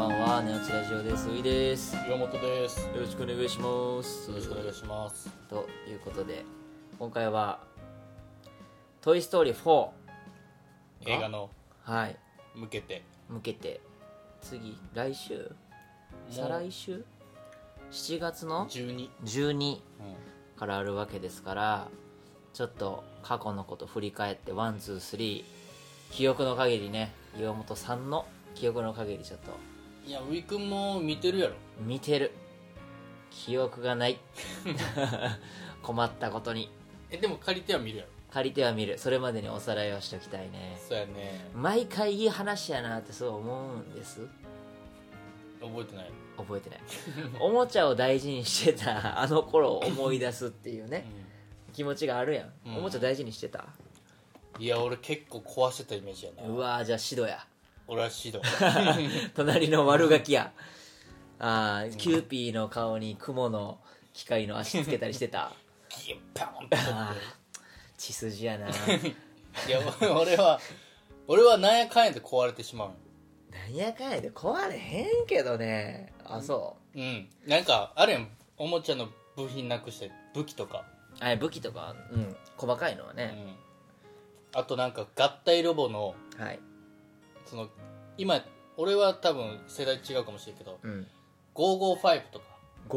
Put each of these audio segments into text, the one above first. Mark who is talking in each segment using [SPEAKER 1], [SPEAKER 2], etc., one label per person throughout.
[SPEAKER 1] チラジオですういですよ
[SPEAKER 2] 岩本ですよ
[SPEAKER 1] ろしくお願いします
[SPEAKER 2] ろしくお願いします
[SPEAKER 1] ということで今回は「トイ・ストーリー4
[SPEAKER 2] 映画の」
[SPEAKER 1] はい
[SPEAKER 2] 向けて
[SPEAKER 1] 向けて次来週再来週7月の
[SPEAKER 2] 12
[SPEAKER 1] 12
[SPEAKER 2] うん
[SPEAKER 1] からあるわけですからちょっと過去のこと振り返ってワンツースリー記憶の限りね岩本さんの記憶の限りちょっと
[SPEAKER 2] いやウィ君も見てるやろ
[SPEAKER 1] 見てる記憶がない 困ったことに
[SPEAKER 2] えでも借りては見るやろ
[SPEAKER 1] 借りては見るそれまでにおさらいをしておきたいね
[SPEAKER 2] そうやね
[SPEAKER 1] 毎回いい話やなってそう思うんです
[SPEAKER 2] 覚えてない
[SPEAKER 1] 覚え てないおもちゃを大事にしてたあの頃を思い出すっていうね気持ちがあるやん、
[SPEAKER 2] うん
[SPEAKER 1] おもちゃ大事にしてた
[SPEAKER 2] いや俺結構壊してたイメージやな
[SPEAKER 1] うわーじゃあシドや
[SPEAKER 2] 俺は シド
[SPEAKER 1] 隣の悪ガキやあーキューピーの顔に雲の機械の足つけたりして た
[SPEAKER 2] ギュッパンって取
[SPEAKER 1] あー血筋やな
[SPEAKER 2] っていや俺は俺はなんやかんやで壊れてしまう
[SPEAKER 1] なんやかんやで壊れへんけどねあそ
[SPEAKER 2] うんなんかあるやんおもちゃの部品なくして武器とか
[SPEAKER 1] うあれ武器とかうん細かいのは
[SPEAKER 2] う
[SPEAKER 1] ね、
[SPEAKER 2] んあとなんか合体ロボの
[SPEAKER 1] はい
[SPEAKER 2] その今俺は多分世代違うかもしれんけど
[SPEAKER 1] うん
[SPEAKER 2] 555とか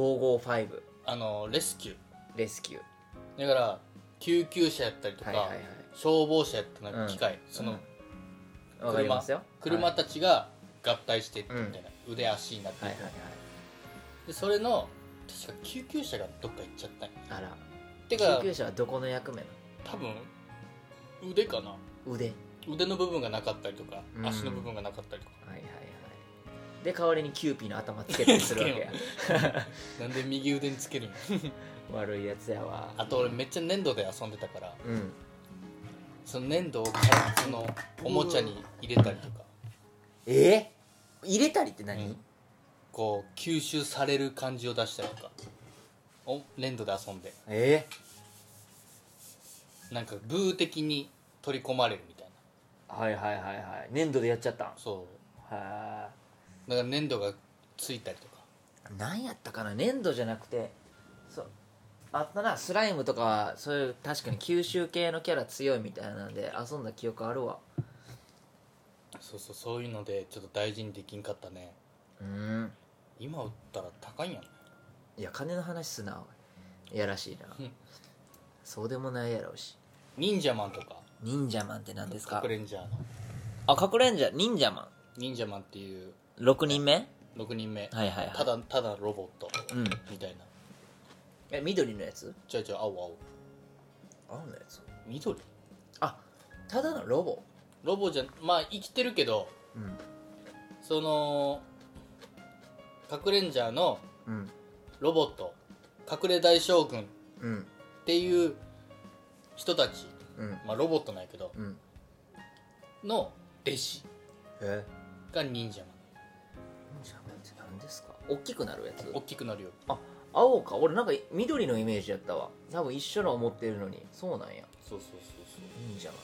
[SPEAKER 1] 555
[SPEAKER 2] あのレスキュー
[SPEAKER 1] レスキュー
[SPEAKER 2] だから救急車やったりとか、
[SPEAKER 1] はいはいはい
[SPEAKER 2] 消防車やった
[SPEAKER 1] う
[SPEAKER 2] りとか
[SPEAKER 1] ん
[SPEAKER 2] 機械、その
[SPEAKER 1] うんわかりますよ
[SPEAKER 2] 車
[SPEAKER 1] はい
[SPEAKER 2] たちが合体していってみたいな、腕足になってい
[SPEAKER 1] は
[SPEAKER 2] く
[SPEAKER 1] いはいはい
[SPEAKER 2] でそれの確か救急車がどっか行っちゃったんや
[SPEAKER 1] あら
[SPEAKER 2] てか
[SPEAKER 1] 救急車はどこの役目な
[SPEAKER 2] 多分腕かな
[SPEAKER 1] の腕はい
[SPEAKER 2] 腕の部分がなかったりとか、
[SPEAKER 1] うん
[SPEAKER 2] 足の部分がなかったりとか
[SPEAKER 1] はいはいで代わりにキューピーの頭つけたりするわけや
[SPEAKER 2] なんで右腕につけるんや
[SPEAKER 1] 悪いやつやわ
[SPEAKER 2] あと俺めっちゃ粘土で遊んでたから
[SPEAKER 1] うん
[SPEAKER 2] その粘土をからそのおもちゃに入れたりとか
[SPEAKER 1] えー入れたりって何、
[SPEAKER 2] うんこう吸収される感じを出したりとかお粘土で遊んで
[SPEAKER 1] え
[SPEAKER 2] なんかブー的に取り込まれるみたいな
[SPEAKER 1] ーはいはいはいはい粘土でやっちゃったん
[SPEAKER 2] そ
[SPEAKER 1] は
[SPEAKER 2] うだから粘土がついたりとか
[SPEAKER 1] い何やったかな粘土じゃなくてそうあったなスライムとかはそういう確かに吸収系のキャラ強いみたいなんで遊んだ記憶あるわ
[SPEAKER 2] そうそうそういうのでちょっと大事にできんかったね
[SPEAKER 1] うん
[SPEAKER 2] 今売ったら高いんやね
[SPEAKER 1] いや金の話すなおいやらしい な
[SPEAKER 2] うん
[SPEAKER 1] そうでもないやろうし
[SPEAKER 2] 忍者マンとか
[SPEAKER 1] 忍者マンって何ですか
[SPEAKER 2] クレンジャーの
[SPEAKER 1] あかくれんじゃ忍者マ
[SPEAKER 2] 忍者マンっていう
[SPEAKER 1] ン6人目
[SPEAKER 2] 6人目、
[SPEAKER 1] はいはいはい
[SPEAKER 2] ただただロボット
[SPEAKER 1] うん
[SPEAKER 2] みたいな
[SPEAKER 1] え緑のやつ
[SPEAKER 2] ちょいちょい青青
[SPEAKER 1] 青のやつ
[SPEAKER 2] 緑
[SPEAKER 1] あただのロボ
[SPEAKER 2] ロボじゃまあ生きてるけど
[SPEAKER 1] うん
[SPEAKER 2] そのカクレンジャーの
[SPEAKER 1] うん
[SPEAKER 2] ロボット隠れ大将軍っ
[SPEAKER 1] うん
[SPEAKER 2] ていう人たち、
[SPEAKER 1] うん
[SPEAKER 2] まあ、ロボットなんやけど
[SPEAKER 1] うん
[SPEAKER 2] の弟子
[SPEAKER 1] え
[SPEAKER 2] が忍者マ
[SPEAKER 1] 忍者マンって何ですか大きくなるやつ
[SPEAKER 2] ン大きくなるよ
[SPEAKER 1] 青か俺なんか緑のイメージやったわ多分一緒の思ってるのにそうなんや
[SPEAKER 2] そうそうそう
[SPEAKER 1] 忍者マンね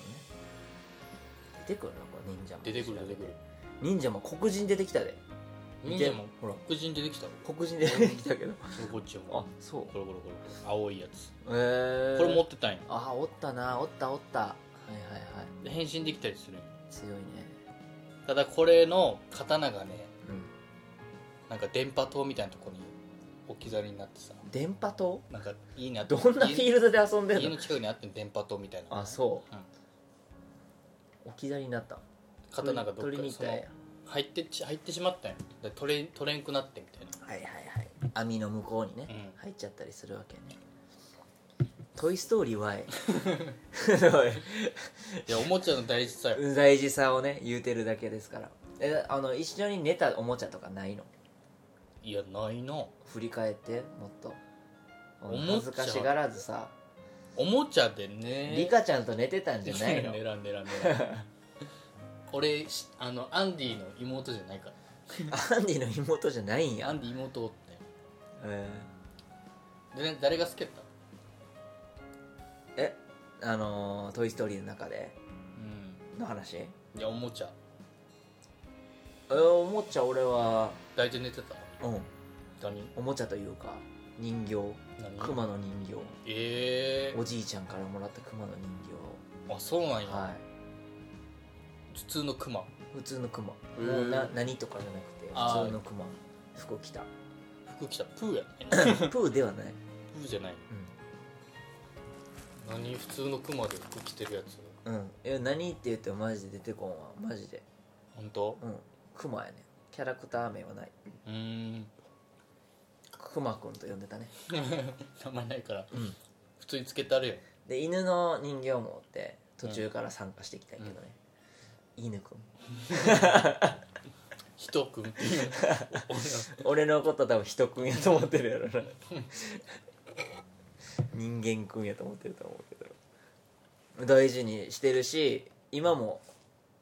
[SPEAKER 1] 出てくるなこれ忍者マン
[SPEAKER 2] 出てくる出てくる
[SPEAKER 1] 忍者マン黒人出てきたで
[SPEAKER 2] 忍者マン
[SPEAKER 1] 見てほら
[SPEAKER 2] 黒人出てきた
[SPEAKER 1] 黒人出てき たけど
[SPEAKER 2] そのこっちも
[SPEAKER 1] あそう
[SPEAKER 2] ゴロゴロゴロゴロ青いやつ
[SPEAKER 1] えー、
[SPEAKER 2] これ持ってたんや
[SPEAKER 1] あおったなおったおったはいはいはい
[SPEAKER 2] で変身できたりするんや
[SPEAKER 1] 強いね
[SPEAKER 2] ただこれの刀がね
[SPEAKER 1] うん
[SPEAKER 2] なんか電波塔みたいなとこに置き去りになってさ
[SPEAKER 1] 電波塔
[SPEAKER 2] なんかいいな
[SPEAKER 1] どんなフィールドで遊んで
[SPEAKER 2] 家
[SPEAKER 1] ん
[SPEAKER 2] の
[SPEAKER 1] の
[SPEAKER 2] 近くにあってん電波塔みたいな
[SPEAKER 1] あそう
[SPEAKER 2] うん
[SPEAKER 1] 置き去りになった
[SPEAKER 2] 刀がどっ
[SPEAKER 1] 取
[SPEAKER 2] か
[SPEAKER 1] りに
[SPEAKER 2] に
[SPEAKER 1] 行っ
[SPEAKER 2] そ
[SPEAKER 1] たん
[SPEAKER 2] の
[SPEAKER 1] や
[SPEAKER 2] 入ってっち入ってしまったんやで取れ取れんくなってみたいな
[SPEAKER 1] はいはいはい網の向こうにね、
[SPEAKER 2] うん
[SPEAKER 1] 入っちゃったりするわけね「トイ・ストーリーは」は
[SPEAKER 2] いやおもちゃの大事さよ
[SPEAKER 1] 大事さをね言うてるだけですからえあの一緒に寝たおもちゃとかないの
[SPEAKER 2] いやないな
[SPEAKER 1] 振り返ってもっと
[SPEAKER 2] おもちゃ
[SPEAKER 1] 恥ずかしがらずさ
[SPEAKER 2] おもちゃでね
[SPEAKER 1] リカちゃんと寝てたんじゃないの
[SPEAKER 2] ねらんねらんねらん俺しあのアンディの妹じゃないか
[SPEAKER 1] アンディの妹じゃないん
[SPEAKER 2] らア
[SPEAKER 1] や
[SPEAKER 2] ンディ妹おって
[SPEAKER 1] え
[SPEAKER 2] んで誰が好きやった
[SPEAKER 1] ーえあのートイ・ストーリー」の中で
[SPEAKER 2] う
[SPEAKER 1] の話
[SPEAKER 2] んいやおもちゃ
[SPEAKER 1] えーおもちゃ俺は
[SPEAKER 2] 大体寝てた
[SPEAKER 1] うん
[SPEAKER 2] 何
[SPEAKER 1] おもちゃというか人形
[SPEAKER 2] 何
[SPEAKER 1] 熊の人
[SPEAKER 2] ええ
[SPEAKER 1] 形おじいちゃんからもらった熊の人
[SPEAKER 2] あそうな
[SPEAKER 1] 形
[SPEAKER 2] んや、
[SPEAKER 1] はい
[SPEAKER 2] 普通のクマ
[SPEAKER 1] 普通の熊も
[SPEAKER 2] へー
[SPEAKER 1] うな何とかじゃなくて
[SPEAKER 2] あー
[SPEAKER 1] 普通の熊服着た
[SPEAKER 2] 服着たプーやね
[SPEAKER 1] プーではない、
[SPEAKER 2] プーじゃない何普通のクマで服着てるやつ
[SPEAKER 1] うんうん、いや何って言ってもマジで出てこんわマジで
[SPEAKER 2] 本当
[SPEAKER 1] うん熊やねキャラクター名はないう
[SPEAKER 2] ーん
[SPEAKER 1] 熊くんと呼んでたね
[SPEAKER 2] 名前ないから
[SPEAKER 1] うん
[SPEAKER 2] 普通につけたるよ
[SPEAKER 1] で犬の人形もおって途中から参加してきたんやけどね、犬くん
[SPEAKER 2] 人くんっ ていう
[SPEAKER 1] 俺のこと多分人くんやと思ってるやろな人間くんやと思ってると思うけど大事にしてるし今も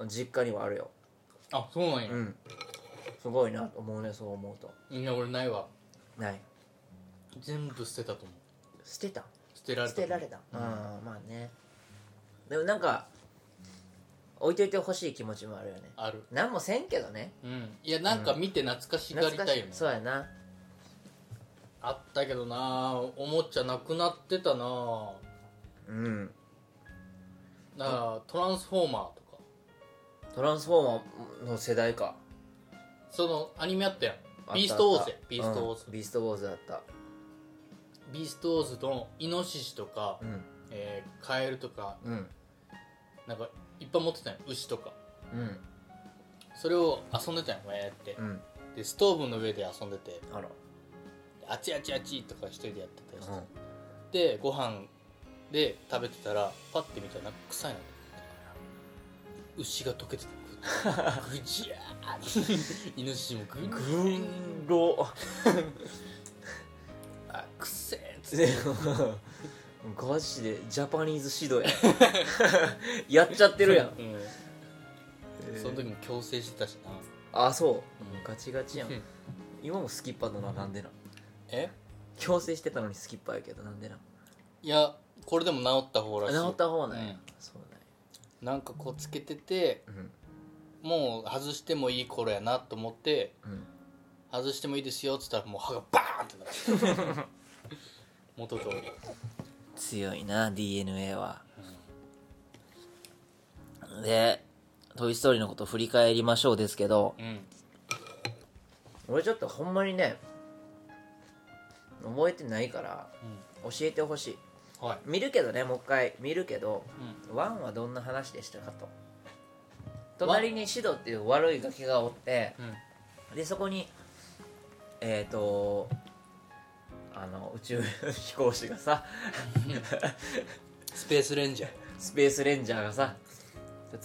[SPEAKER 1] 実家にはあるよ
[SPEAKER 2] あそうなんや
[SPEAKER 1] う、んすごいなと思うねそう思うと
[SPEAKER 2] いや俺ないわ
[SPEAKER 1] ない
[SPEAKER 2] 全部捨てたと思う
[SPEAKER 1] 捨てた
[SPEAKER 2] 捨てられ
[SPEAKER 1] 捨
[SPEAKER 2] たと
[SPEAKER 1] て
[SPEAKER 2] 思う
[SPEAKER 1] られたああまあねでもなんか置いといてほしい気持ちもあるよね
[SPEAKER 2] ある
[SPEAKER 1] 何もせんけどね
[SPEAKER 2] うんいやなんか見て懐かしがり
[SPEAKER 1] 懐か
[SPEAKER 2] た
[SPEAKER 1] し
[SPEAKER 2] い
[SPEAKER 1] い
[SPEAKER 2] よね、
[SPEAKER 1] そうやな
[SPEAKER 2] あったけどなおもちゃなくなってたな
[SPEAKER 1] うん
[SPEAKER 2] だからトランスフォーマーとか
[SPEAKER 1] トランスフォーマーの世代か
[SPEAKER 2] そのアニメあったやん
[SPEAKER 1] あった
[SPEAKER 2] ビーストウ
[SPEAKER 1] あ
[SPEAKER 2] ォー
[SPEAKER 1] った
[SPEAKER 2] ズやビーストウォーズ
[SPEAKER 1] う、んビーストウォーズだった
[SPEAKER 2] ビーストウォーズのイノシシとか、
[SPEAKER 1] うん
[SPEAKER 2] えーカエルとか
[SPEAKER 1] うん
[SPEAKER 2] なんかいっぱい持ってたやん牛とか
[SPEAKER 1] うん
[SPEAKER 2] それを遊んでたやんわーって
[SPEAKER 1] う、ん
[SPEAKER 2] でストーブの上で遊んでて
[SPEAKER 1] あら
[SPEAKER 2] あちあちあちとか一人でやってたりして、
[SPEAKER 1] うん
[SPEAKER 2] でご飯で食べてたらパッて見たらなんか臭いなと思って牛が溶けてた ぐじゃーってイノシシもぐ
[SPEAKER 1] ぐ
[SPEAKER 2] ぐ
[SPEAKER 1] んろ
[SPEAKER 2] あくせえっつって
[SPEAKER 1] で ガチでジャパニーズ指導 ややっちゃってるやん、
[SPEAKER 2] うん
[SPEAKER 1] えー
[SPEAKER 2] その時も強制してたしな、
[SPEAKER 1] あそう
[SPEAKER 2] うん
[SPEAKER 1] ガチガチやん
[SPEAKER 2] うん
[SPEAKER 1] 今もスキッパーだななんでな
[SPEAKER 2] え
[SPEAKER 1] 強制してたのにスキッパーやけどなんでない
[SPEAKER 2] やこれでも治った方らしい
[SPEAKER 1] 治った方なんや、
[SPEAKER 2] うん
[SPEAKER 1] そう
[SPEAKER 2] なんかこうつけてて
[SPEAKER 1] なんや
[SPEAKER 2] もう外してもいい頃やなと思って
[SPEAKER 1] うんうん
[SPEAKER 2] 外してもいいですよっつったらもう歯がバーンってなって 元通り
[SPEAKER 1] 強いな DNA は、で「トイ・ストーリー」のこと振り返りましょうですけど
[SPEAKER 2] うん
[SPEAKER 1] 俺ちょっとほんまにね覚えてないから教えてほしい
[SPEAKER 2] うんはい
[SPEAKER 1] 見るけどねもう一回見るけど
[SPEAKER 2] うん
[SPEAKER 1] ワンはどんな話でしたかと隣にシドっていう悪いガキがおって
[SPEAKER 2] うん
[SPEAKER 1] でそこにえっ、とあの宇宙 飛行士がさ
[SPEAKER 2] スペースレンジャー、
[SPEAKER 1] スペースレンジャーがさ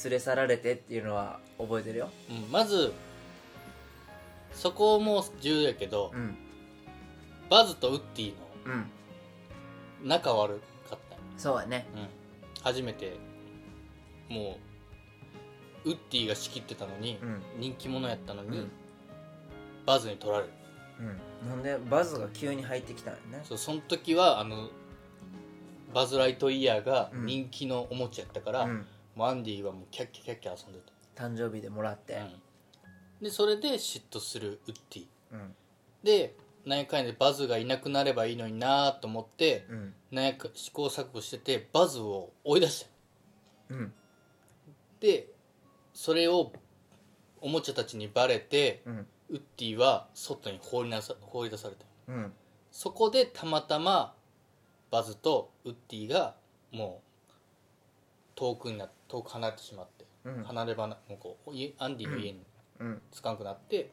[SPEAKER 1] 連れ去られてっていうのは覚えてるよ
[SPEAKER 2] うん、まずそこも重要やけど、
[SPEAKER 1] うん
[SPEAKER 2] バズとウッディの
[SPEAKER 1] うん
[SPEAKER 2] 仲悪かったよ
[SPEAKER 1] そうやね
[SPEAKER 2] うん、初めてもうウッディが仕切ってたのに、
[SPEAKER 1] うん
[SPEAKER 2] 人気者やったのに、
[SPEAKER 1] うん
[SPEAKER 2] バズに取られる
[SPEAKER 1] うんなんでバズが急に入ってきたんやね
[SPEAKER 2] そうその時はあのバズ・ライトイヤーが
[SPEAKER 1] うん
[SPEAKER 2] 人気のおもちゃやったから、
[SPEAKER 1] うん
[SPEAKER 2] もうアンディはもうキャッキャキャッキャ遊んで
[SPEAKER 1] 誕生日でもらって
[SPEAKER 2] た、うんでそれで嫉妬するウッディ
[SPEAKER 1] うん
[SPEAKER 2] で何回でバズがいなくなればいいのになーと思って
[SPEAKER 1] うん
[SPEAKER 2] 何やか試行錯誤しててバズを追い出した
[SPEAKER 1] うん
[SPEAKER 2] でそれをおもちゃたちにバレて
[SPEAKER 1] うん
[SPEAKER 2] ウッディは外に放りなさ放り出された
[SPEAKER 1] うん
[SPEAKER 2] そこでたまたまバズとウッディがもう遠くにな遠く離れてしまって
[SPEAKER 1] うん
[SPEAKER 2] 離れ離れもうこう家アンディの家に
[SPEAKER 1] うん
[SPEAKER 2] つかんくなって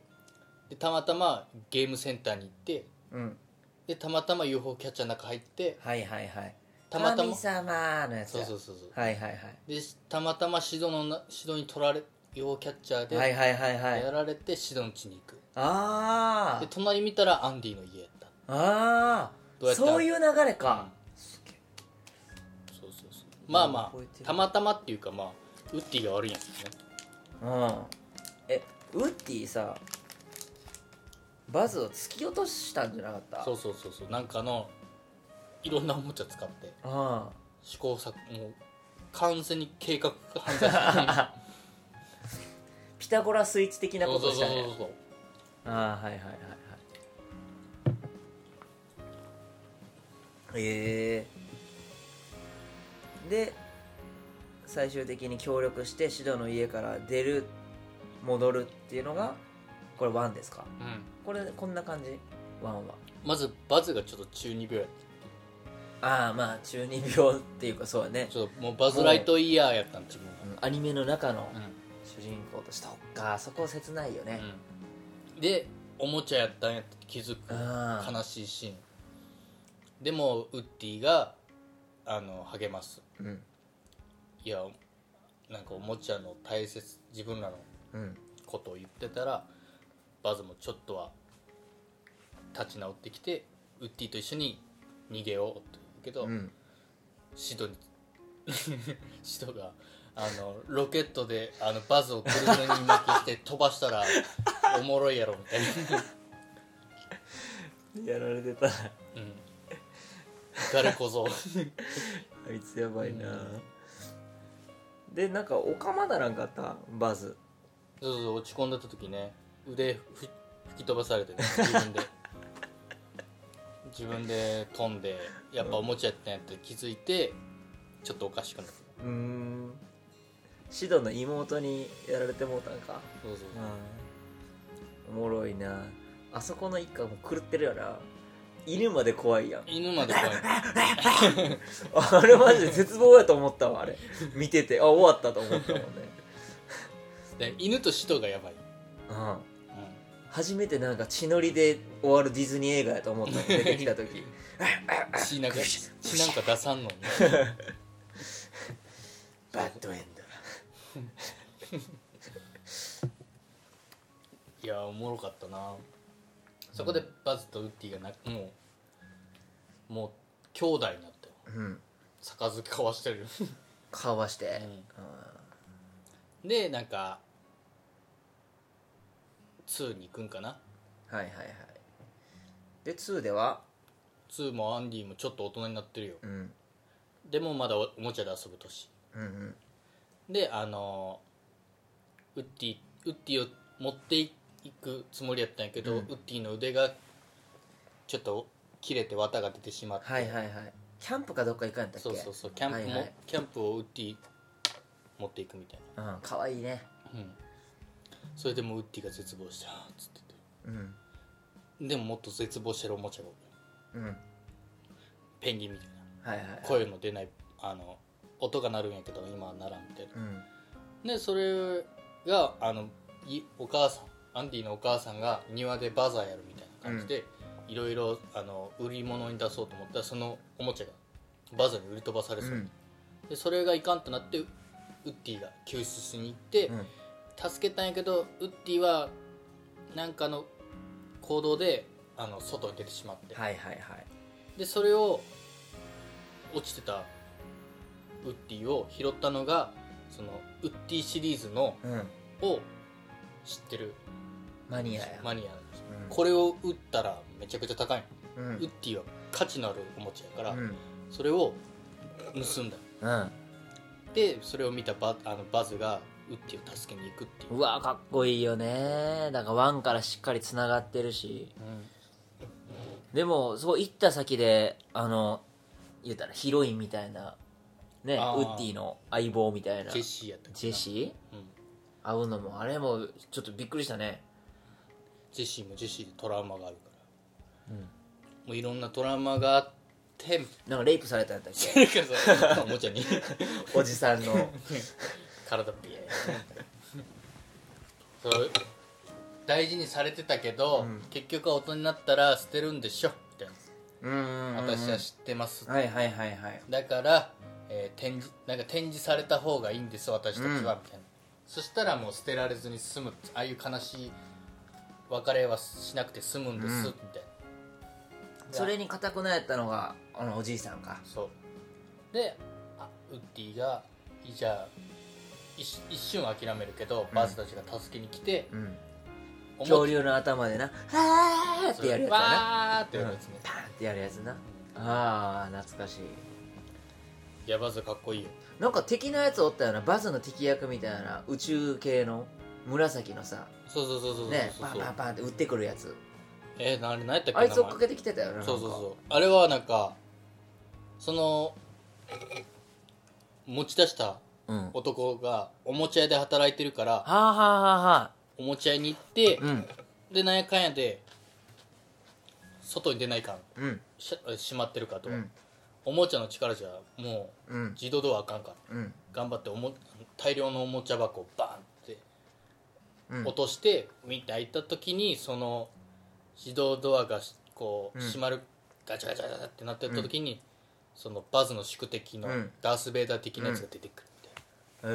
[SPEAKER 2] でたまたまゲームセンターに行って
[SPEAKER 1] うん
[SPEAKER 2] でたまたま UFO キャッチャーの中入って
[SPEAKER 1] はいはいはい
[SPEAKER 2] たまたま
[SPEAKER 1] 神様のやつ
[SPEAKER 2] そう
[SPEAKER 1] や
[SPEAKER 2] そうそうそう
[SPEAKER 1] はいはいはい
[SPEAKER 2] でしたまたまシドのなシドに取られ UFO キャッチャー
[SPEAKER 1] はい
[SPEAKER 2] で
[SPEAKER 1] はいはいは
[SPEAKER 2] や
[SPEAKER 1] い
[SPEAKER 2] られてシドの家に行く、
[SPEAKER 1] あ
[SPEAKER 2] で
[SPEAKER 1] ー
[SPEAKER 2] 隣見たらアンディの家やった
[SPEAKER 1] あ
[SPEAKER 2] どう
[SPEAKER 1] ー
[SPEAKER 2] やってあ
[SPEAKER 1] そういう流れか
[SPEAKER 2] そうそうそうまあま
[SPEAKER 1] 覚えて
[SPEAKER 2] あ
[SPEAKER 1] る
[SPEAKER 2] たまたまっていうかまあウッディが悪いんやけどね
[SPEAKER 1] うんえウッディさバズを突き落としたんじゃなかった
[SPEAKER 2] そうそうそうそうなんかあのいろんなおもちゃ使って
[SPEAKER 1] あ
[SPEAKER 2] 試 行錯誤もう完全に計画犯罪
[SPEAKER 1] あピタゴラスイッチ的な
[SPEAKER 2] そ
[SPEAKER 1] こ
[SPEAKER 2] うそ
[SPEAKER 1] と
[SPEAKER 2] う
[SPEAKER 1] した
[SPEAKER 2] そう
[SPEAKER 1] ね
[SPEAKER 2] そう
[SPEAKER 1] ああはいはいはいはいええで最終的に協力してシドの家から出る戻るっていうのがこれ1ですか
[SPEAKER 2] うん
[SPEAKER 1] これこんな感じ1は
[SPEAKER 2] まずバズがちょっと中二病やっ
[SPEAKER 1] ああまあ中二病っていうかそうだね
[SPEAKER 2] た、ちょっともうバズ・ライトイヤーやったん自分が
[SPEAKER 1] うんアニメの中の
[SPEAKER 2] うん、
[SPEAKER 1] 主人公としてそっかそこ切ないよね、
[SPEAKER 2] うんでおもちゃやったんやって気づく
[SPEAKER 1] ああ
[SPEAKER 2] 悲しいシーンでもウッディがあの励ます
[SPEAKER 1] うん
[SPEAKER 2] いやなんかおもちゃの大切自分らの
[SPEAKER 1] うん
[SPEAKER 2] ことを言ってたらバズもちょっとは立ち直ってきてウッディと一緒に逃げようと言うけど、
[SPEAKER 1] うん
[SPEAKER 2] シドに シドがあのロケットであのバズを車に巻きして飛ばしたらおもろいやろみたいな、
[SPEAKER 1] やられてた
[SPEAKER 2] うん、誰こぞ
[SPEAKER 1] あいつやば
[SPEAKER 2] いな
[SPEAKER 1] でなんかおかまだらんかったバズ
[SPEAKER 2] そうそう落ち込んでた時ね腕ふ吹き飛ばされてね自分で自分で飛んでやっぱおもちゃやったんやって気づいてちょっとおかしくなった
[SPEAKER 1] うーんシドの妹にやられてもうたんか
[SPEAKER 2] そうそう
[SPEAKER 1] おもろいなあそこの一家も狂ってるやな犬まで怖 いやん
[SPEAKER 2] 犬まで怖い
[SPEAKER 1] あれマジで絶望やと思ったわあれ見ててあ終わったと思ったもんね、
[SPEAKER 2] で犬とシドがやばい、
[SPEAKER 1] うん、
[SPEAKER 2] うん
[SPEAKER 1] 初めてなんか血のりで終わるディズニー映画やと思ったの出てきた 時
[SPEAKER 2] 血なんか血なんか出さんのに
[SPEAKER 1] バッドエンド
[SPEAKER 2] いやおもろかったなそこでバズとウッディがなもうもう兄弟になったよ
[SPEAKER 1] うん
[SPEAKER 2] 杯交わしてる、
[SPEAKER 1] 顔はして、
[SPEAKER 2] でなんか2に行くんかな
[SPEAKER 1] はいはいはいで2では
[SPEAKER 2] 2もアンディもちょっと大人になってるよ
[SPEAKER 1] うん
[SPEAKER 2] でもまだおおもちゃで遊ぶ年
[SPEAKER 1] うんうん
[SPEAKER 2] であのウッディウッディを持っていくつもりやったんやけど、
[SPEAKER 1] うん
[SPEAKER 2] ウッディの腕がちょっと切れて綿が出てしまって、
[SPEAKER 1] はいはいはいキャンプかどっか行かんやったっけ
[SPEAKER 2] そうそうそうキャンプも、
[SPEAKER 1] はいはい
[SPEAKER 2] キャンプをウッディ持っていくみたい
[SPEAKER 1] うんかわいいね
[SPEAKER 2] な、うん、それでもウッディが絶望してあーっつって
[SPEAKER 1] うん
[SPEAKER 2] てでももっと絶望してるおもちゃがおる
[SPEAKER 1] うん
[SPEAKER 2] ペンギンみたいな
[SPEAKER 1] はいはいはい
[SPEAKER 2] 声の出ないあの音が鳴るんやけど今は鳴らんみたい
[SPEAKER 1] うん
[SPEAKER 2] なでそれがあのいお母さんアンディのお母さんが庭でバザーやるみたいな感じで、いろいろあの売り物に出そうと思ったらそのおもちゃがバザーに売り飛ばされそう、
[SPEAKER 1] うん
[SPEAKER 2] でそれがいかんとなってウッディが救出しに行って、
[SPEAKER 1] うん
[SPEAKER 2] 助けたんやけどウッディはなんかの行動であの外に出てしまって、
[SPEAKER 1] はいはいはい
[SPEAKER 2] でそれを落ちてたウッディを拾ったのがそのウッディシリーズの
[SPEAKER 1] うん
[SPEAKER 2] を知ってる
[SPEAKER 1] マニアや
[SPEAKER 2] マニア
[SPEAKER 1] うん
[SPEAKER 2] これを打ったらめちゃくちゃ高い
[SPEAKER 1] うん
[SPEAKER 2] の、ウッディは価値のあるおもちゃやから、
[SPEAKER 1] うん
[SPEAKER 2] それを盗んだ
[SPEAKER 1] うん
[SPEAKER 2] でそれを見たバあのバズがウッディを助けに行くっていう
[SPEAKER 1] うわかっこいいよねだから1からしっかりつながってるしでもそう行った先であの言うたらヒロインみたいなねウ
[SPEAKER 2] あー
[SPEAKER 1] ッディの相棒みたいな
[SPEAKER 2] ジェシーやったっけ
[SPEAKER 1] ジェシー
[SPEAKER 2] ー、うん、
[SPEAKER 1] 会うのもあれもちょっとびっくりしたね
[SPEAKER 2] ジェシーもジェシーでトラウマがあるから、
[SPEAKER 1] うん
[SPEAKER 2] もういろんなトラウマがあって
[SPEAKER 1] なんかレイプされたんだっけ
[SPEAKER 2] なん かさ おもちゃに
[SPEAKER 1] おじさんの
[SPEAKER 2] 体ビエーそう大事にされてたけ
[SPEAKER 1] う
[SPEAKER 2] ど、
[SPEAKER 1] ん
[SPEAKER 2] 結局は大人になったら捨てるんでしょみたい
[SPEAKER 1] うんうん
[SPEAKER 2] な私は知ってます、
[SPEAKER 1] はいはいはいはい
[SPEAKER 2] だから、えー展示なんか展示された方がいいんです私たちは、
[SPEAKER 1] うん
[SPEAKER 2] みたいなそしたらもう捨てられずに済むああいう悲しい別れはしなくて済むんです、
[SPEAKER 1] うん
[SPEAKER 2] みたいな
[SPEAKER 1] それに固くなやったのがあのおじいさんか
[SPEAKER 2] そうであウッディがいじゃあ一一瞬諦めるけど、バズたちが助けに来て、
[SPEAKER 1] うん
[SPEAKER 2] おもちゃ
[SPEAKER 1] 恐竜の頭でな「はーってやるやつやな
[SPEAKER 2] わーってやるやつね、
[SPEAKER 1] パーンってやるやつなあー懐かしい
[SPEAKER 2] いやバズかっこいいよ
[SPEAKER 1] なんか敵のやつおったよなバズの敵役みたいな宇宙系の紫のさ
[SPEAKER 2] そうそうそうそうそう
[SPEAKER 1] ね
[SPEAKER 2] そう
[SPEAKER 1] パン
[SPEAKER 2] そう
[SPEAKER 1] パンパンって打ってくるやつ
[SPEAKER 2] えー、あれ何やったっけ
[SPEAKER 1] あいつ追っ
[SPEAKER 2] 名
[SPEAKER 1] か
[SPEAKER 2] 前
[SPEAKER 1] けてきてたよな
[SPEAKER 2] そうそう
[SPEAKER 1] う
[SPEAKER 2] そうあれはなんかその持ち出した
[SPEAKER 1] うんは
[SPEAKER 2] 男がおもちゃ屋で働いてるから
[SPEAKER 1] あはあはあはあ
[SPEAKER 2] おもちゃ屋に行って
[SPEAKER 1] うん
[SPEAKER 2] でなんやかんやで外に出ないかん
[SPEAKER 1] うん
[SPEAKER 2] ししまってるかと、
[SPEAKER 1] うん
[SPEAKER 2] おもちゃの力じゃも
[SPEAKER 1] う
[SPEAKER 2] うん自動ドアあかんから
[SPEAKER 1] うん
[SPEAKER 2] 頑張っておも大量のおもちゃ箱をバーンって
[SPEAKER 1] うん
[SPEAKER 2] 落として見て開いた時にその自動ドアがしこう
[SPEAKER 1] うん
[SPEAKER 2] 閉まる、ガチャガチャガチャってなってた時に、そのバズの宿敵の
[SPEAKER 1] うん
[SPEAKER 2] ダース・ベイダー的なやつが出てくるみたい
[SPEAKER 1] へ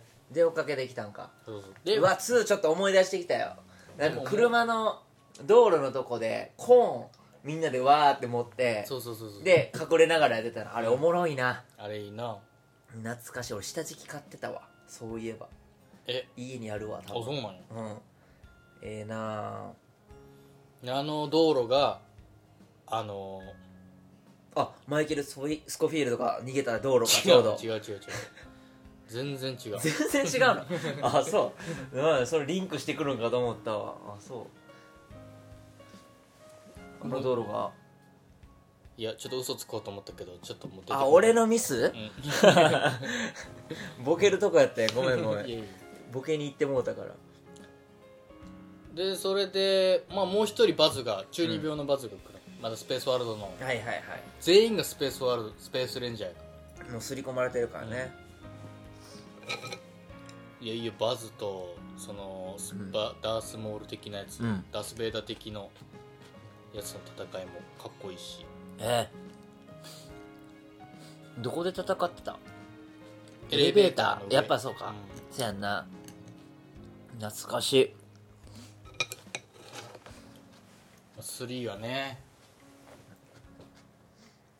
[SPEAKER 1] えで追っかけてきたんか
[SPEAKER 2] な、そうそう
[SPEAKER 1] で
[SPEAKER 2] で
[SPEAKER 1] うわ2ちょっと思い出してきたよなん
[SPEAKER 2] で
[SPEAKER 1] か
[SPEAKER 2] も
[SPEAKER 1] 車の道路のとこでコーンみんなでわーって持って
[SPEAKER 2] そうそうそうそう
[SPEAKER 1] で隠れながらやってたのあれおもろいな
[SPEAKER 2] あれいいな
[SPEAKER 1] 懐かしい俺下敷き買ってたわそういえば
[SPEAKER 2] え
[SPEAKER 1] 家にあるわ
[SPEAKER 2] あ
[SPEAKER 1] 多
[SPEAKER 2] そう
[SPEAKER 1] 分
[SPEAKER 2] なんや
[SPEAKER 1] うんええな
[SPEAKER 2] であの道路があの
[SPEAKER 1] ああマイケルスコフィ・スコフィールドが逃げた道路か
[SPEAKER 2] ー
[SPEAKER 1] ちょうど
[SPEAKER 2] 違う違う違う違う全然違う
[SPEAKER 1] 全然違うの あそううんそれリンクしてくるんかと思ったわあそうあの道路が
[SPEAKER 2] いやちょっと嘘つこうと思ったけどちょっともう出てこない
[SPEAKER 1] あ俺のミス
[SPEAKER 2] うん
[SPEAKER 1] ボケるとこやったよごめんごめ
[SPEAKER 2] い
[SPEAKER 1] ん
[SPEAKER 2] やいや
[SPEAKER 1] ボケに行ってもうたから
[SPEAKER 2] でそれで、まあ、もう一人バズが中二病のバズが来る、まだスペースワールドの
[SPEAKER 1] はいはいは
[SPEAKER 2] 全員がスペースワールドスペースレンジャーやか
[SPEAKER 1] い
[SPEAKER 2] ら
[SPEAKER 1] もう刷り込まれてるからね、
[SPEAKER 2] いやいやバズとそのス
[SPEAKER 1] うん
[SPEAKER 2] バダースモール的なやつ、
[SPEAKER 1] うん
[SPEAKER 2] ダース・ベイダー的のやつの戦いもかっこいいし
[SPEAKER 1] ええどこで戦ってた
[SPEAKER 2] エレベーターの上
[SPEAKER 1] やっぱそうか、
[SPEAKER 2] う
[SPEAKER 1] せやんな懐かしい
[SPEAKER 2] 3はね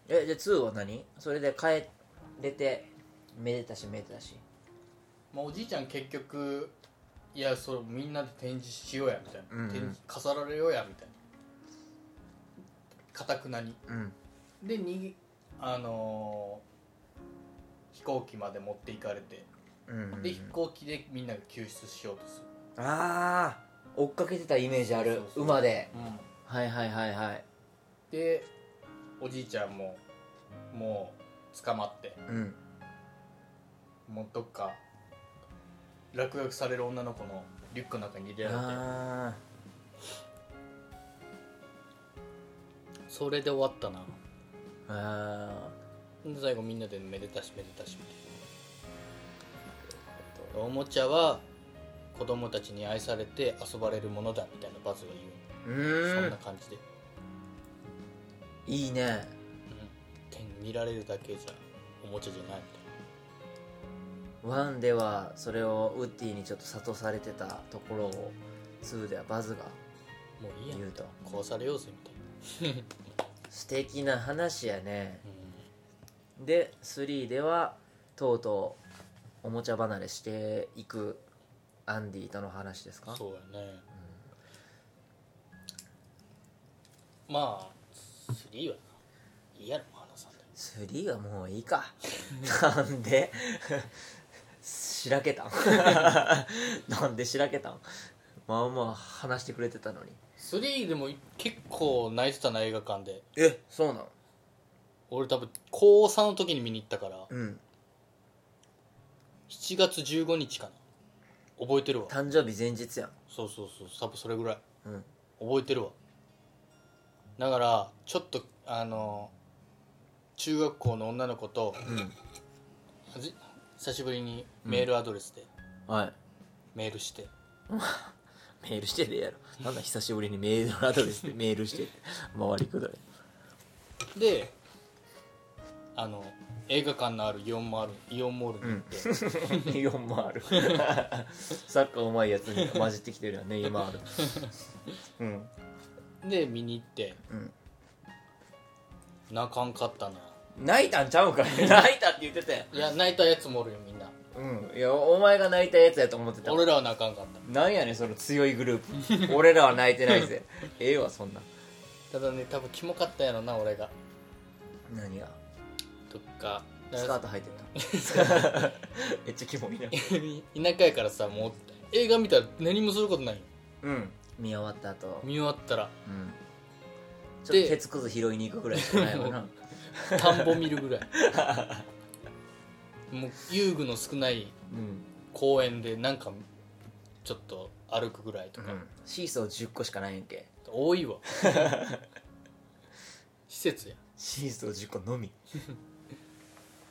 [SPEAKER 1] えじゃあ2は何それで変えれてめでたしめでたし
[SPEAKER 2] まあ、おじいちゃん結局いやそれみんなで展示しようやみたいな、
[SPEAKER 1] うんうん
[SPEAKER 2] 展示飾られようやみたいなかたくなに
[SPEAKER 1] うん
[SPEAKER 2] でにあのー飛行機まで持っていかれて
[SPEAKER 1] うんうんうん
[SPEAKER 2] で飛行機でみんなが救出しようとする、
[SPEAKER 1] ああ追っかけてたイメージある
[SPEAKER 2] そうそうそう
[SPEAKER 1] 馬で
[SPEAKER 2] うん
[SPEAKER 1] はいはいはいはい
[SPEAKER 2] でおじいちゃんももう捕まって
[SPEAKER 1] うん
[SPEAKER 2] もうどっか落書きされる女の子のリュックの中に入れら
[SPEAKER 1] あ
[SPEAKER 2] れてそれで終わったな
[SPEAKER 1] ーあ
[SPEAKER 2] で最後みんなでめでたしめでたしみたいなおもちゃは子供たちに愛されて遊ばれるものだみたいなバズが
[SPEAKER 1] ーう
[SPEAKER 2] 言う、そ
[SPEAKER 1] ー
[SPEAKER 2] んなん感じで、
[SPEAKER 1] いいね
[SPEAKER 2] 手に見られるだけじゃおもちゃじゃないみたいな
[SPEAKER 1] ワンではそれをウッディにちょっと諭されてたところを2ではバズが
[SPEAKER 2] もういいや
[SPEAKER 1] 言
[SPEAKER 2] ん
[SPEAKER 1] うと
[SPEAKER 2] 壊されようぜみたいな、
[SPEAKER 1] 素敵な話やねで3ではとうとうおもちゃ離れしていくアンディとの話ですか
[SPEAKER 2] そうやね、まあ3はいいやろ花さんで
[SPEAKER 1] 3はもういいかなんでしらけたんなんでしらけたんまあまあ話してくれてたのに
[SPEAKER 2] 3でも結構泣いてたな映画館で
[SPEAKER 1] えそうなの
[SPEAKER 2] 俺多分高3の時に見に行ったから
[SPEAKER 1] うん
[SPEAKER 2] 7月15日かな覚えてるわ
[SPEAKER 1] 誕生日前日やん
[SPEAKER 2] そうそうそう多分それぐらい
[SPEAKER 1] うん
[SPEAKER 2] 覚えてるわだからちょっとあの中学校の女の子と
[SPEAKER 1] う
[SPEAKER 2] はじ久しぶりにメールアドレスで
[SPEAKER 1] んはい
[SPEAKER 2] メールして、
[SPEAKER 1] メールしてでやろなんだ久しぶりにメールのアドレスでメールして周りく どい
[SPEAKER 2] であの映画館のあるイオンモールイオンモールに行って、
[SPEAKER 1] 4もあるサッカーうまいやつに混じってきてるよね今あるうん
[SPEAKER 2] で見に行って
[SPEAKER 1] うん
[SPEAKER 2] 泣かんかったな
[SPEAKER 1] 泣いたんちゃうんかい泣いたって言ってたよ
[SPEAKER 2] いや泣いたやつもおるよみんな
[SPEAKER 1] うんいやお前が泣いたやつやと思ってた
[SPEAKER 2] 俺らは泣かんかっ
[SPEAKER 1] なんやねんその強いグループ 俺らは泣いてないぜ ええわそんな
[SPEAKER 2] たただね多分キモかったやろな俺が
[SPEAKER 1] 何が
[SPEAKER 2] とか
[SPEAKER 1] スカート履いてためっちゃキモいな
[SPEAKER 2] 田舎やからさもう映画見たら何もすることないよ
[SPEAKER 1] うん見終わった後
[SPEAKER 2] 見終わったら
[SPEAKER 1] うんちょっ
[SPEAKER 2] で
[SPEAKER 1] と鉄くず拾いに行くぐらいしかないわな
[SPEAKER 2] 田んぼ見る ぐらいもう遊具の少ない
[SPEAKER 1] うん、
[SPEAKER 2] 公園でなんかちょっと歩くぐらいと
[SPEAKER 1] う
[SPEAKER 2] か、
[SPEAKER 1] ん、シーソー10個しかないんけ
[SPEAKER 2] 多いわ施設や
[SPEAKER 1] シーソー10個のみ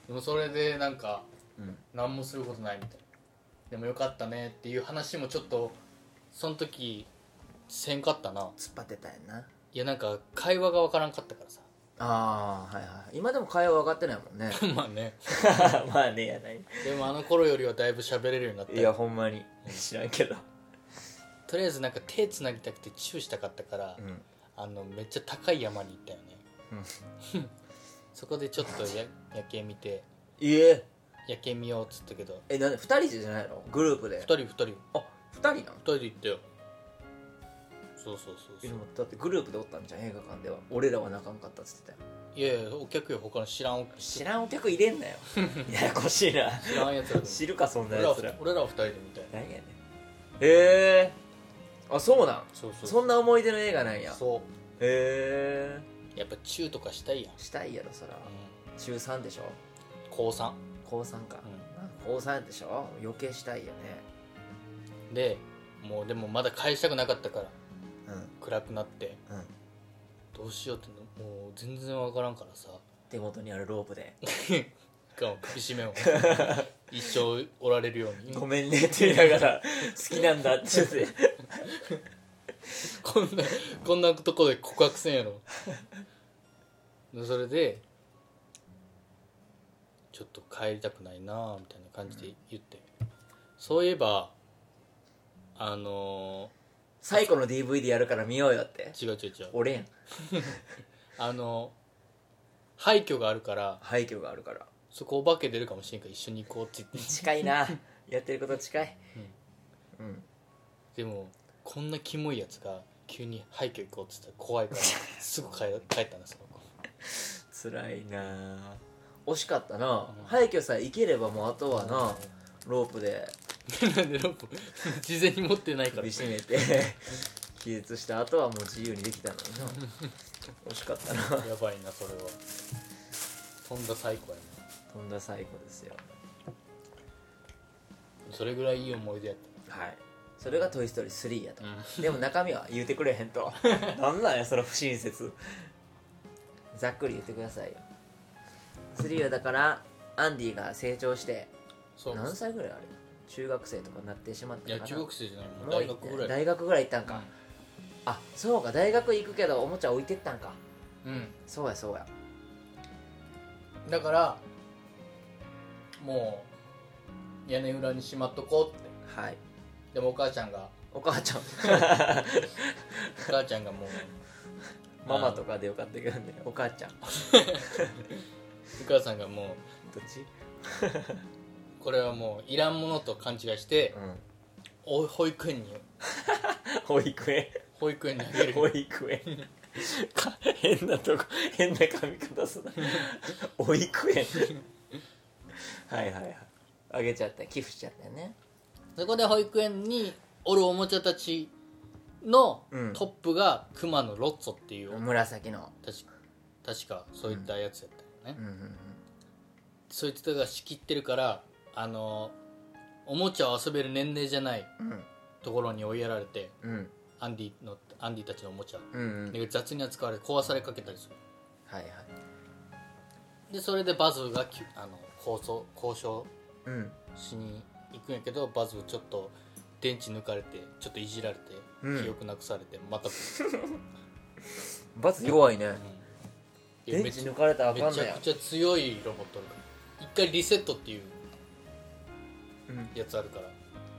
[SPEAKER 2] でもそれでなんか
[SPEAKER 1] うん
[SPEAKER 2] 何もすることないみたいなでもよかったねっていう話もちょっとその時せんかったな
[SPEAKER 1] 突っ張ってたやんない
[SPEAKER 2] やなんか会話がわからんかったからさ
[SPEAKER 1] ああはいはい今でも会話分かってないもんね
[SPEAKER 2] まあね
[SPEAKER 1] まあねやない
[SPEAKER 2] でもあの頃よりはだいぶ喋れるようになった
[SPEAKER 1] いやほんまに知らんけど
[SPEAKER 2] とりあえずなんか手つなぎたくてチューしたかったから、
[SPEAKER 1] うん
[SPEAKER 2] あのめっちゃ高い山に行ったよね
[SPEAKER 1] うん
[SPEAKER 2] そこでちょっとや夜景見て
[SPEAKER 1] いえ
[SPEAKER 2] 夜景見ようっつったけど
[SPEAKER 1] えなんで2人じゃないのグループ
[SPEAKER 2] 2
[SPEAKER 1] で
[SPEAKER 2] 人2人2
[SPEAKER 1] あ二2人なの
[SPEAKER 2] 人で行ったよそうそうそ
[SPEAKER 1] え
[SPEAKER 2] うそ
[SPEAKER 1] で
[SPEAKER 2] う
[SPEAKER 1] もだってグループでおったんじゃん映画館では俺らは仲良かったっつってたよ
[SPEAKER 2] いやいやお客よ他の知らんお
[SPEAKER 1] 知らんお客入れんな よややこしいな
[SPEAKER 2] 知らんやつらでも
[SPEAKER 1] 知るかそんな
[SPEAKER 2] 俺ら
[SPEAKER 1] や
[SPEAKER 2] は
[SPEAKER 1] つら
[SPEAKER 2] 俺らは2人でみたいな
[SPEAKER 1] 何やねんへえあそうなん
[SPEAKER 2] そうそう
[SPEAKER 1] そんな思い出の映画なんやへ
[SPEAKER 2] そ
[SPEAKER 1] え
[SPEAKER 2] うやっぱチューとかしたいやん、
[SPEAKER 1] したいやろそら
[SPEAKER 2] うん
[SPEAKER 1] 中3でしょ
[SPEAKER 2] 高3、
[SPEAKER 1] 高3か、高3でしょ余計したいよね
[SPEAKER 2] うんでもうでもまだ返したくなかったから
[SPEAKER 1] うん
[SPEAKER 2] 暗くなって
[SPEAKER 1] うん
[SPEAKER 2] どうしようってのもう全然わからんからさ
[SPEAKER 1] 手元にあるロープで
[SPEAKER 2] が首絞めを一生おられるよう
[SPEAKER 1] 「
[SPEAKER 2] に
[SPEAKER 1] ごめんね」って言いな がら「好きなんだ」って言って
[SPEAKER 2] こんなこんなとこで告白せんやろでそれでちょっと帰りたくないなあみたいな感じで言って、そういえばあの
[SPEAKER 1] 最後の DVD やるから見ようよって
[SPEAKER 2] ー違う違う違う
[SPEAKER 1] 俺やん
[SPEAKER 2] あの廃墟があるから
[SPEAKER 1] 廃墟があるから
[SPEAKER 2] そこお化け出るかもしれんから一緒に行こうって言っ
[SPEAKER 1] 近いなやってること近いうん
[SPEAKER 2] てでもこんなキモいやつが急に廃墟行こうって言ったら怖い からすぐ帰帰ったんですこ
[SPEAKER 1] 辛いな惜しかったな、
[SPEAKER 2] うん
[SPEAKER 1] 廃墟さえ行ければもうあとはなロープで
[SPEAKER 2] なんでロープ 事前に持ってないから
[SPEAKER 1] 首絞めて気絶した後はもう自由にできたのにな惜しかったな
[SPEAKER 2] やばいなそれはとんだ最高やな
[SPEAKER 1] とんだ最後ですよ
[SPEAKER 2] それぐらいいい思い出やっ
[SPEAKER 1] はいそれが「トイ・ストーリー3」やと
[SPEAKER 2] た、、
[SPEAKER 1] でも中身は言うてくれへんと なんなんやその不親切ざっくり言ってくださいよ3はだからアンディが成長して
[SPEAKER 2] そう
[SPEAKER 1] 何歳ぐらいあれ中学生とかになってしまっ
[SPEAKER 2] い
[SPEAKER 1] た
[SPEAKER 2] や
[SPEAKER 1] のか
[SPEAKER 2] 中
[SPEAKER 1] な
[SPEAKER 2] 学生じゃないもう
[SPEAKER 1] もう
[SPEAKER 2] 大
[SPEAKER 1] 行っ
[SPEAKER 2] 学
[SPEAKER 1] て
[SPEAKER 2] ぐらい
[SPEAKER 1] 大学ぐらい行ったんか、あそうか大学行くけどおもちゃ置いてったんか
[SPEAKER 2] うん、
[SPEAKER 1] そうやそうや
[SPEAKER 2] だからもう屋根裏にしまっとこうって
[SPEAKER 1] はい
[SPEAKER 2] でもお母ちゃんが
[SPEAKER 1] お母 ちゃん
[SPEAKER 2] お母ちゃんがもう
[SPEAKER 1] ママとかでよかったけどねお母ちゃんどっ
[SPEAKER 2] お母さんがもう
[SPEAKER 1] ち
[SPEAKER 2] これはもういらんものと勘違いして
[SPEAKER 1] う、ん
[SPEAKER 2] お保育園に
[SPEAKER 1] 保育園
[SPEAKER 2] 保育園にあげ る
[SPEAKER 1] 保育園か変なとこ変な髪型すな 保育園はいはいはいあげちゃった寄付しちゃったよね
[SPEAKER 2] そこで保育園におるおもちゃたちの
[SPEAKER 1] うん
[SPEAKER 2] トップが熊のロッツォっていう、
[SPEAKER 1] 紫の
[SPEAKER 2] 確か確かそういったやつやったよね、
[SPEAKER 1] うんうんうん
[SPEAKER 2] そいつらが仕切ってるからあのおもちゃを遊べる年齢じゃない
[SPEAKER 1] うん
[SPEAKER 2] ところに追いやられて
[SPEAKER 1] うん
[SPEAKER 2] アンディのアンディたちのおもちゃ
[SPEAKER 1] うんうん
[SPEAKER 2] で雑に扱われ壊されかけたりする
[SPEAKER 1] はいはい
[SPEAKER 2] でそれでバズがきあの交渉交渉
[SPEAKER 1] うん
[SPEAKER 2] しに行くんやけどバズちょっと電池抜かれてちょっといじられて、
[SPEAKER 1] うん
[SPEAKER 2] 記憶なくされてまた
[SPEAKER 1] バツ弱いね
[SPEAKER 2] いや
[SPEAKER 1] 電池抜かれたらあ
[SPEAKER 2] め
[SPEAKER 1] かん
[SPEAKER 2] ち
[SPEAKER 1] の
[SPEAKER 2] ゃ
[SPEAKER 1] や
[SPEAKER 2] くちゃ強いロボットおるから一回リセットっていう
[SPEAKER 1] うん
[SPEAKER 2] やつあるから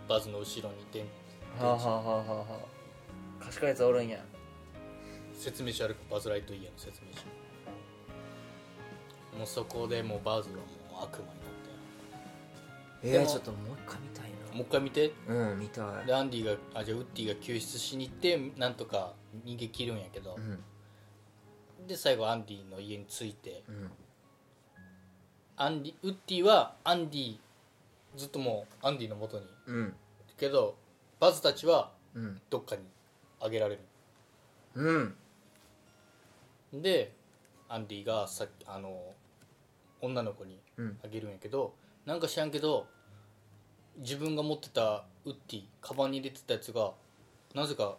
[SPEAKER 2] バズの後ろに電
[SPEAKER 1] はあはあはあはあはあ賢いやつおるんや
[SPEAKER 2] 説明書あるからバズ・ライトイヤーの説明書もうそこでもうバズはもう悪魔になっ
[SPEAKER 1] え
[SPEAKER 2] で
[SPEAKER 1] ー、
[SPEAKER 2] も
[SPEAKER 1] ちょっともう一回見たい
[SPEAKER 2] てもう一回見て
[SPEAKER 1] なうん見たい
[SPEAKER 2] でアンディがあじゃあウッディが救出しに行ってなんとか逃げ切るんやけど
[SPEAKER 1] う、ん
[SPEAKER 2] で最後アンディの家に着いて
[SPEAKER 1] うん
[SPEAKER 2] アンディウッディはアンディずっともうアンディの元に
[SPEAKER 1] うん
[SPEAKER 2] けどバズたちは
[SPEAKER 1] うん
[SPEAKER 2] どっかにあげられ
[SPEAKER 1] うん
[SPEAKER 2] るでアンディがさあの女の子に
[SPEAKER 1] うん
[SPEAKER 2] あげるんやけどなんか知らんけど自分が持ってたウッディカバンに入れてたやつがなぜか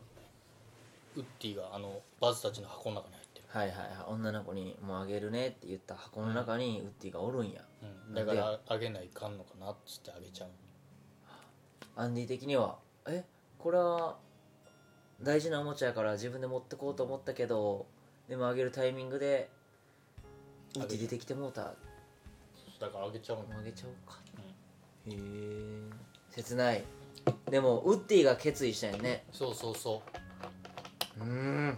[SPEAKER 2] ウッディがあのバズたちの箱の中に入って
[SPEAKER 1] はいはいはい女の子に「もうあげるね」って言った箱の中にウッディがおるんや、
[SPEAKER 2] る、うん、だからあげないかんのかなっつってあげちゃう
[SPEAKER 1] アンディ的には「えこれは大事なおもちゃやから自分で持ってこうと思ったけどでもあげるタイミングでウッディ出てきてもうた
[SPEAKER 2] だからあげちゃうの
[SPEAKER 1] もうあげちゃおうか」へえ切ないでもウッディが決意したんやね
[SPEAKER 2] そうそうそ
[SPEAKER 1] う
[SPEAKER 2] う
[SPEAKER 1] ん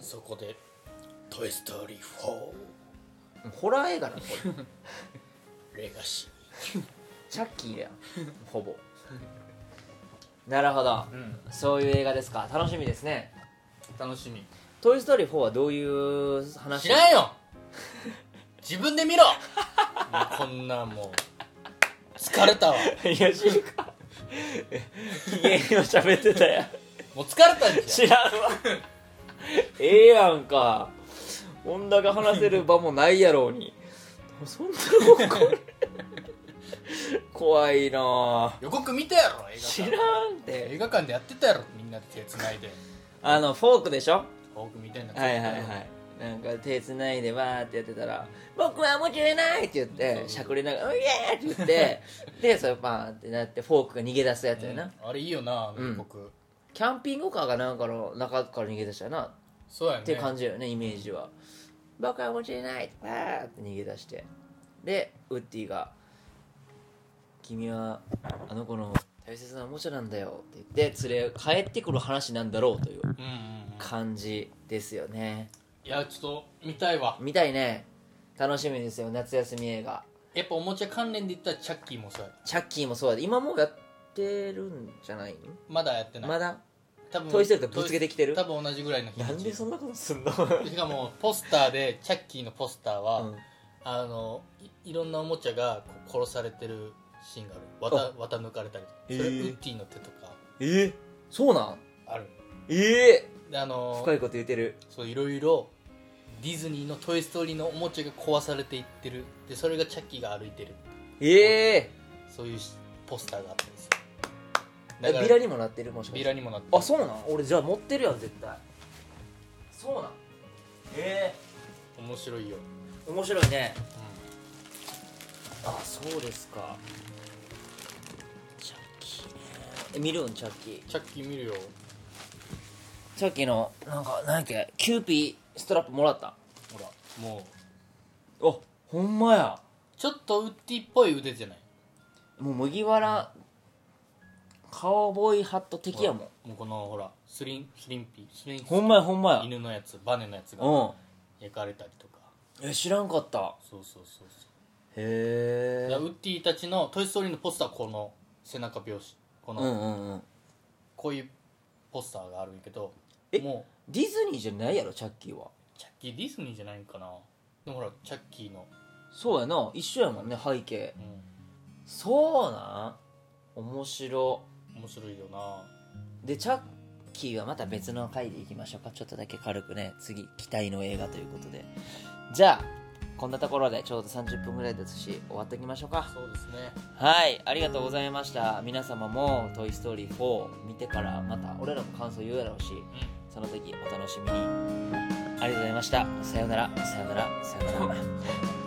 [SPEAKER 2] そこで「トイ・ストーリー4
[SPEAKER 1] ホラー映画なのこれ
[SPEAKER 2] レガシ
[SPEAKER 1] チャッキーやんほぼなるほど
[SPEAKER 2] ー」うん
[SPEAKER 1] そういう映画ですか楽しみですね
[SPEAKER 2] 楽しみ
[SPEAKER 1] 「トイ・ストーリー4」はどういう話
[SPEAKER 2] 知ら んよ自分で見ろもうこんなもう疲れたわ
[SPEAKER 1] いや知る か機嫌よ喋ってたやん
[SPEAKER 2] もう疲れたんじ
[SPEAKER 1] 知らんわええやんか女が話せる場もないやろうにそんなもんこれ怖いなぁ
[SPEAKER 2] ゃん予告見たやろ映画
[SPEAKER 1] 知
[SPEAKER 2] 館
[SPEAKER 1] らんっ
[SPEAKER 2] 映
[SPEAKER 1] て
[SPEAKER 2] 画館でやってたやろみんなで手つないで
[SPEAKER 1] あのフォークでしょ
[SPEAKER 2] 多く見てんな
[SPEAKER 1] はいはいはいなんか手つないでわーってやってたら「僕はもうちれない!」って言ってしゃくれながら「うイエー!」って言ってでそれバーンってなってフォークが逃げ出すやつやな、
[SPEAKER 2] うんあれいいよなあ
[SPEAKER 1] う
[SPEAKER 2] の
[SPEAKER 1] ん
[SPEAKER 2] 僕、
[SPEAKER 1] キャンピングカーがなんかの中から逃げ出したよな
[SPEAKER 2] そうやね
[SPEAKER 1] って感じだよねイメージは僕は持ちないわーって逃げ出してでウッディが「君はあの子の大切なおもちゃなんだよ」って言って連れ帰ってくる話なんだろうという
[SPEAKER 2] うんうんうん
[SPEAKER 1] 感じですよね
[SPEAKER 2] いやちょっと見たいわ
[SPEAKER 1] 見たいね楽しみですよ夏休み映画
[SPEAKER 2] やっぱおもちゃ関連で言ったらチャッキーもそうや
[SPEAKER 1] チャッキーもそうだ今もうやってるんじゃないの
[SPEAKER 2] まだやってない、
[SPEAKER 1] まだ
[SPEAKER 2] 多分
[SPEAKER 1] トイストーリーとぶつけてきてる
[SPEAKER 2] 多分同じぐらいの日
[SPEAKER 1] なんでそんなことすんの
[SPEAKER 2] しかもポスターでチャッキーのポスターは、
[SPEAKER 1] うん
[SPEAKER 2] あのいいろんなおもちゃがこう殺されてるシーンがある綿綿抜かれたりそれ、
[SPEAKER 1] へー
[SPEAKER 2] ウッディの手とか
[SPEAKER 1] えそうなん
[SPEAKER 2] ある
[SPEAKER 1] ええ
[SPEAKER 2] であの
[SPEAKER 1] 深いこと言ってる
[SPEAKER 2] そういろいろディズニーの「トイ・ストーリー」のおもちゃが壊されていってるでそれがチャッキーが歩いてる
[SPEAKER 1] ええ
[SPEAKER 2] そういうしポスターがあったんですよ
[SPEAKER 1] え
[SPEAKER 2] だから
[SPEAKER 1] ビラにもなってるもしか
[SPEAKER 2] ビ
[SPEAKER 1] して
[SPEAKER 2] ラにもなって
[SPEAKER 1] あそうなん俺じゃあ持ってるやん絶対そうなんえ
[SPEAKER 2] 面白いよ、
[SPEAKER 1] え面白いねあそうですかチャッキーねえ見るんチャッキー
[SPEAKER 2] チャッキー見るよ
[SPEAKER 1] チャッキーのなんか何やっけキューピーストラップもらったあ
[SPEAKER 2] ほらもう
[SPEAKER 1] ほんまや
[SPEAKER 2] ちょっとウッディっぽい腕じゃない
[SPEAKER 1] もう麦わらカウボーイハット的やもん
[SPEAKER 2] もうこのほらスリンスリンピースリン
[SPEAKER 1] ほんまやほんまや
[SPEAKER 2] 犬のやつバネのやつが
[SPEAKER 1] う
[SPEAKER 2] 焼かれたりとか
[SPEAKER 1] んえ知らんかった
[SPEAKER 2] そうそうそうそう
[SPEAKER 1] へ
[SPEAKER 2] だ
[SPEAKER 1] え
[SPEAKER 2] からウッディたちの「トイ・ストーリー」のポスターはこの背中拍子こ
[SPEAKER 1] うんう
[SPEAKER 2] の
[SPEAKER 1] んうん
[SPEAKER 2] こういうポスターがあるんやけど
[SPEAKER 1] え
[SPEAKER 2] も
[SPEAKER 1] ディズニーじゃないやろチャッキーは
[SPEAKER 2] うチャッキーディズニーじゃないんかなでもほらチャッキーの、
[SPEAKER 1] そうやな一緒やもんね背景
[SPEAKER 2] うん、
[SPEAKER 1] そうなん面白
[SPEAKER 2] 面白いよな
[SPEAKER 1] でチャッキーはまた別の回でいきましょうかちょっとだけ軽くね次期待の映画ということでじゃあこんなところでちょうど30分ぐらいですし終わっていきましょうか
[SPEAKER 2] そうですね
[SPEAKER 1] はいありがとうございました皆様も「トイ・ストーリー4」見てからまた俺らも感想言うやろうし
[SPEAKER 2] う
[SPEAKER 1] その時お楽しみにありがとうございましたさようならさようならさようなら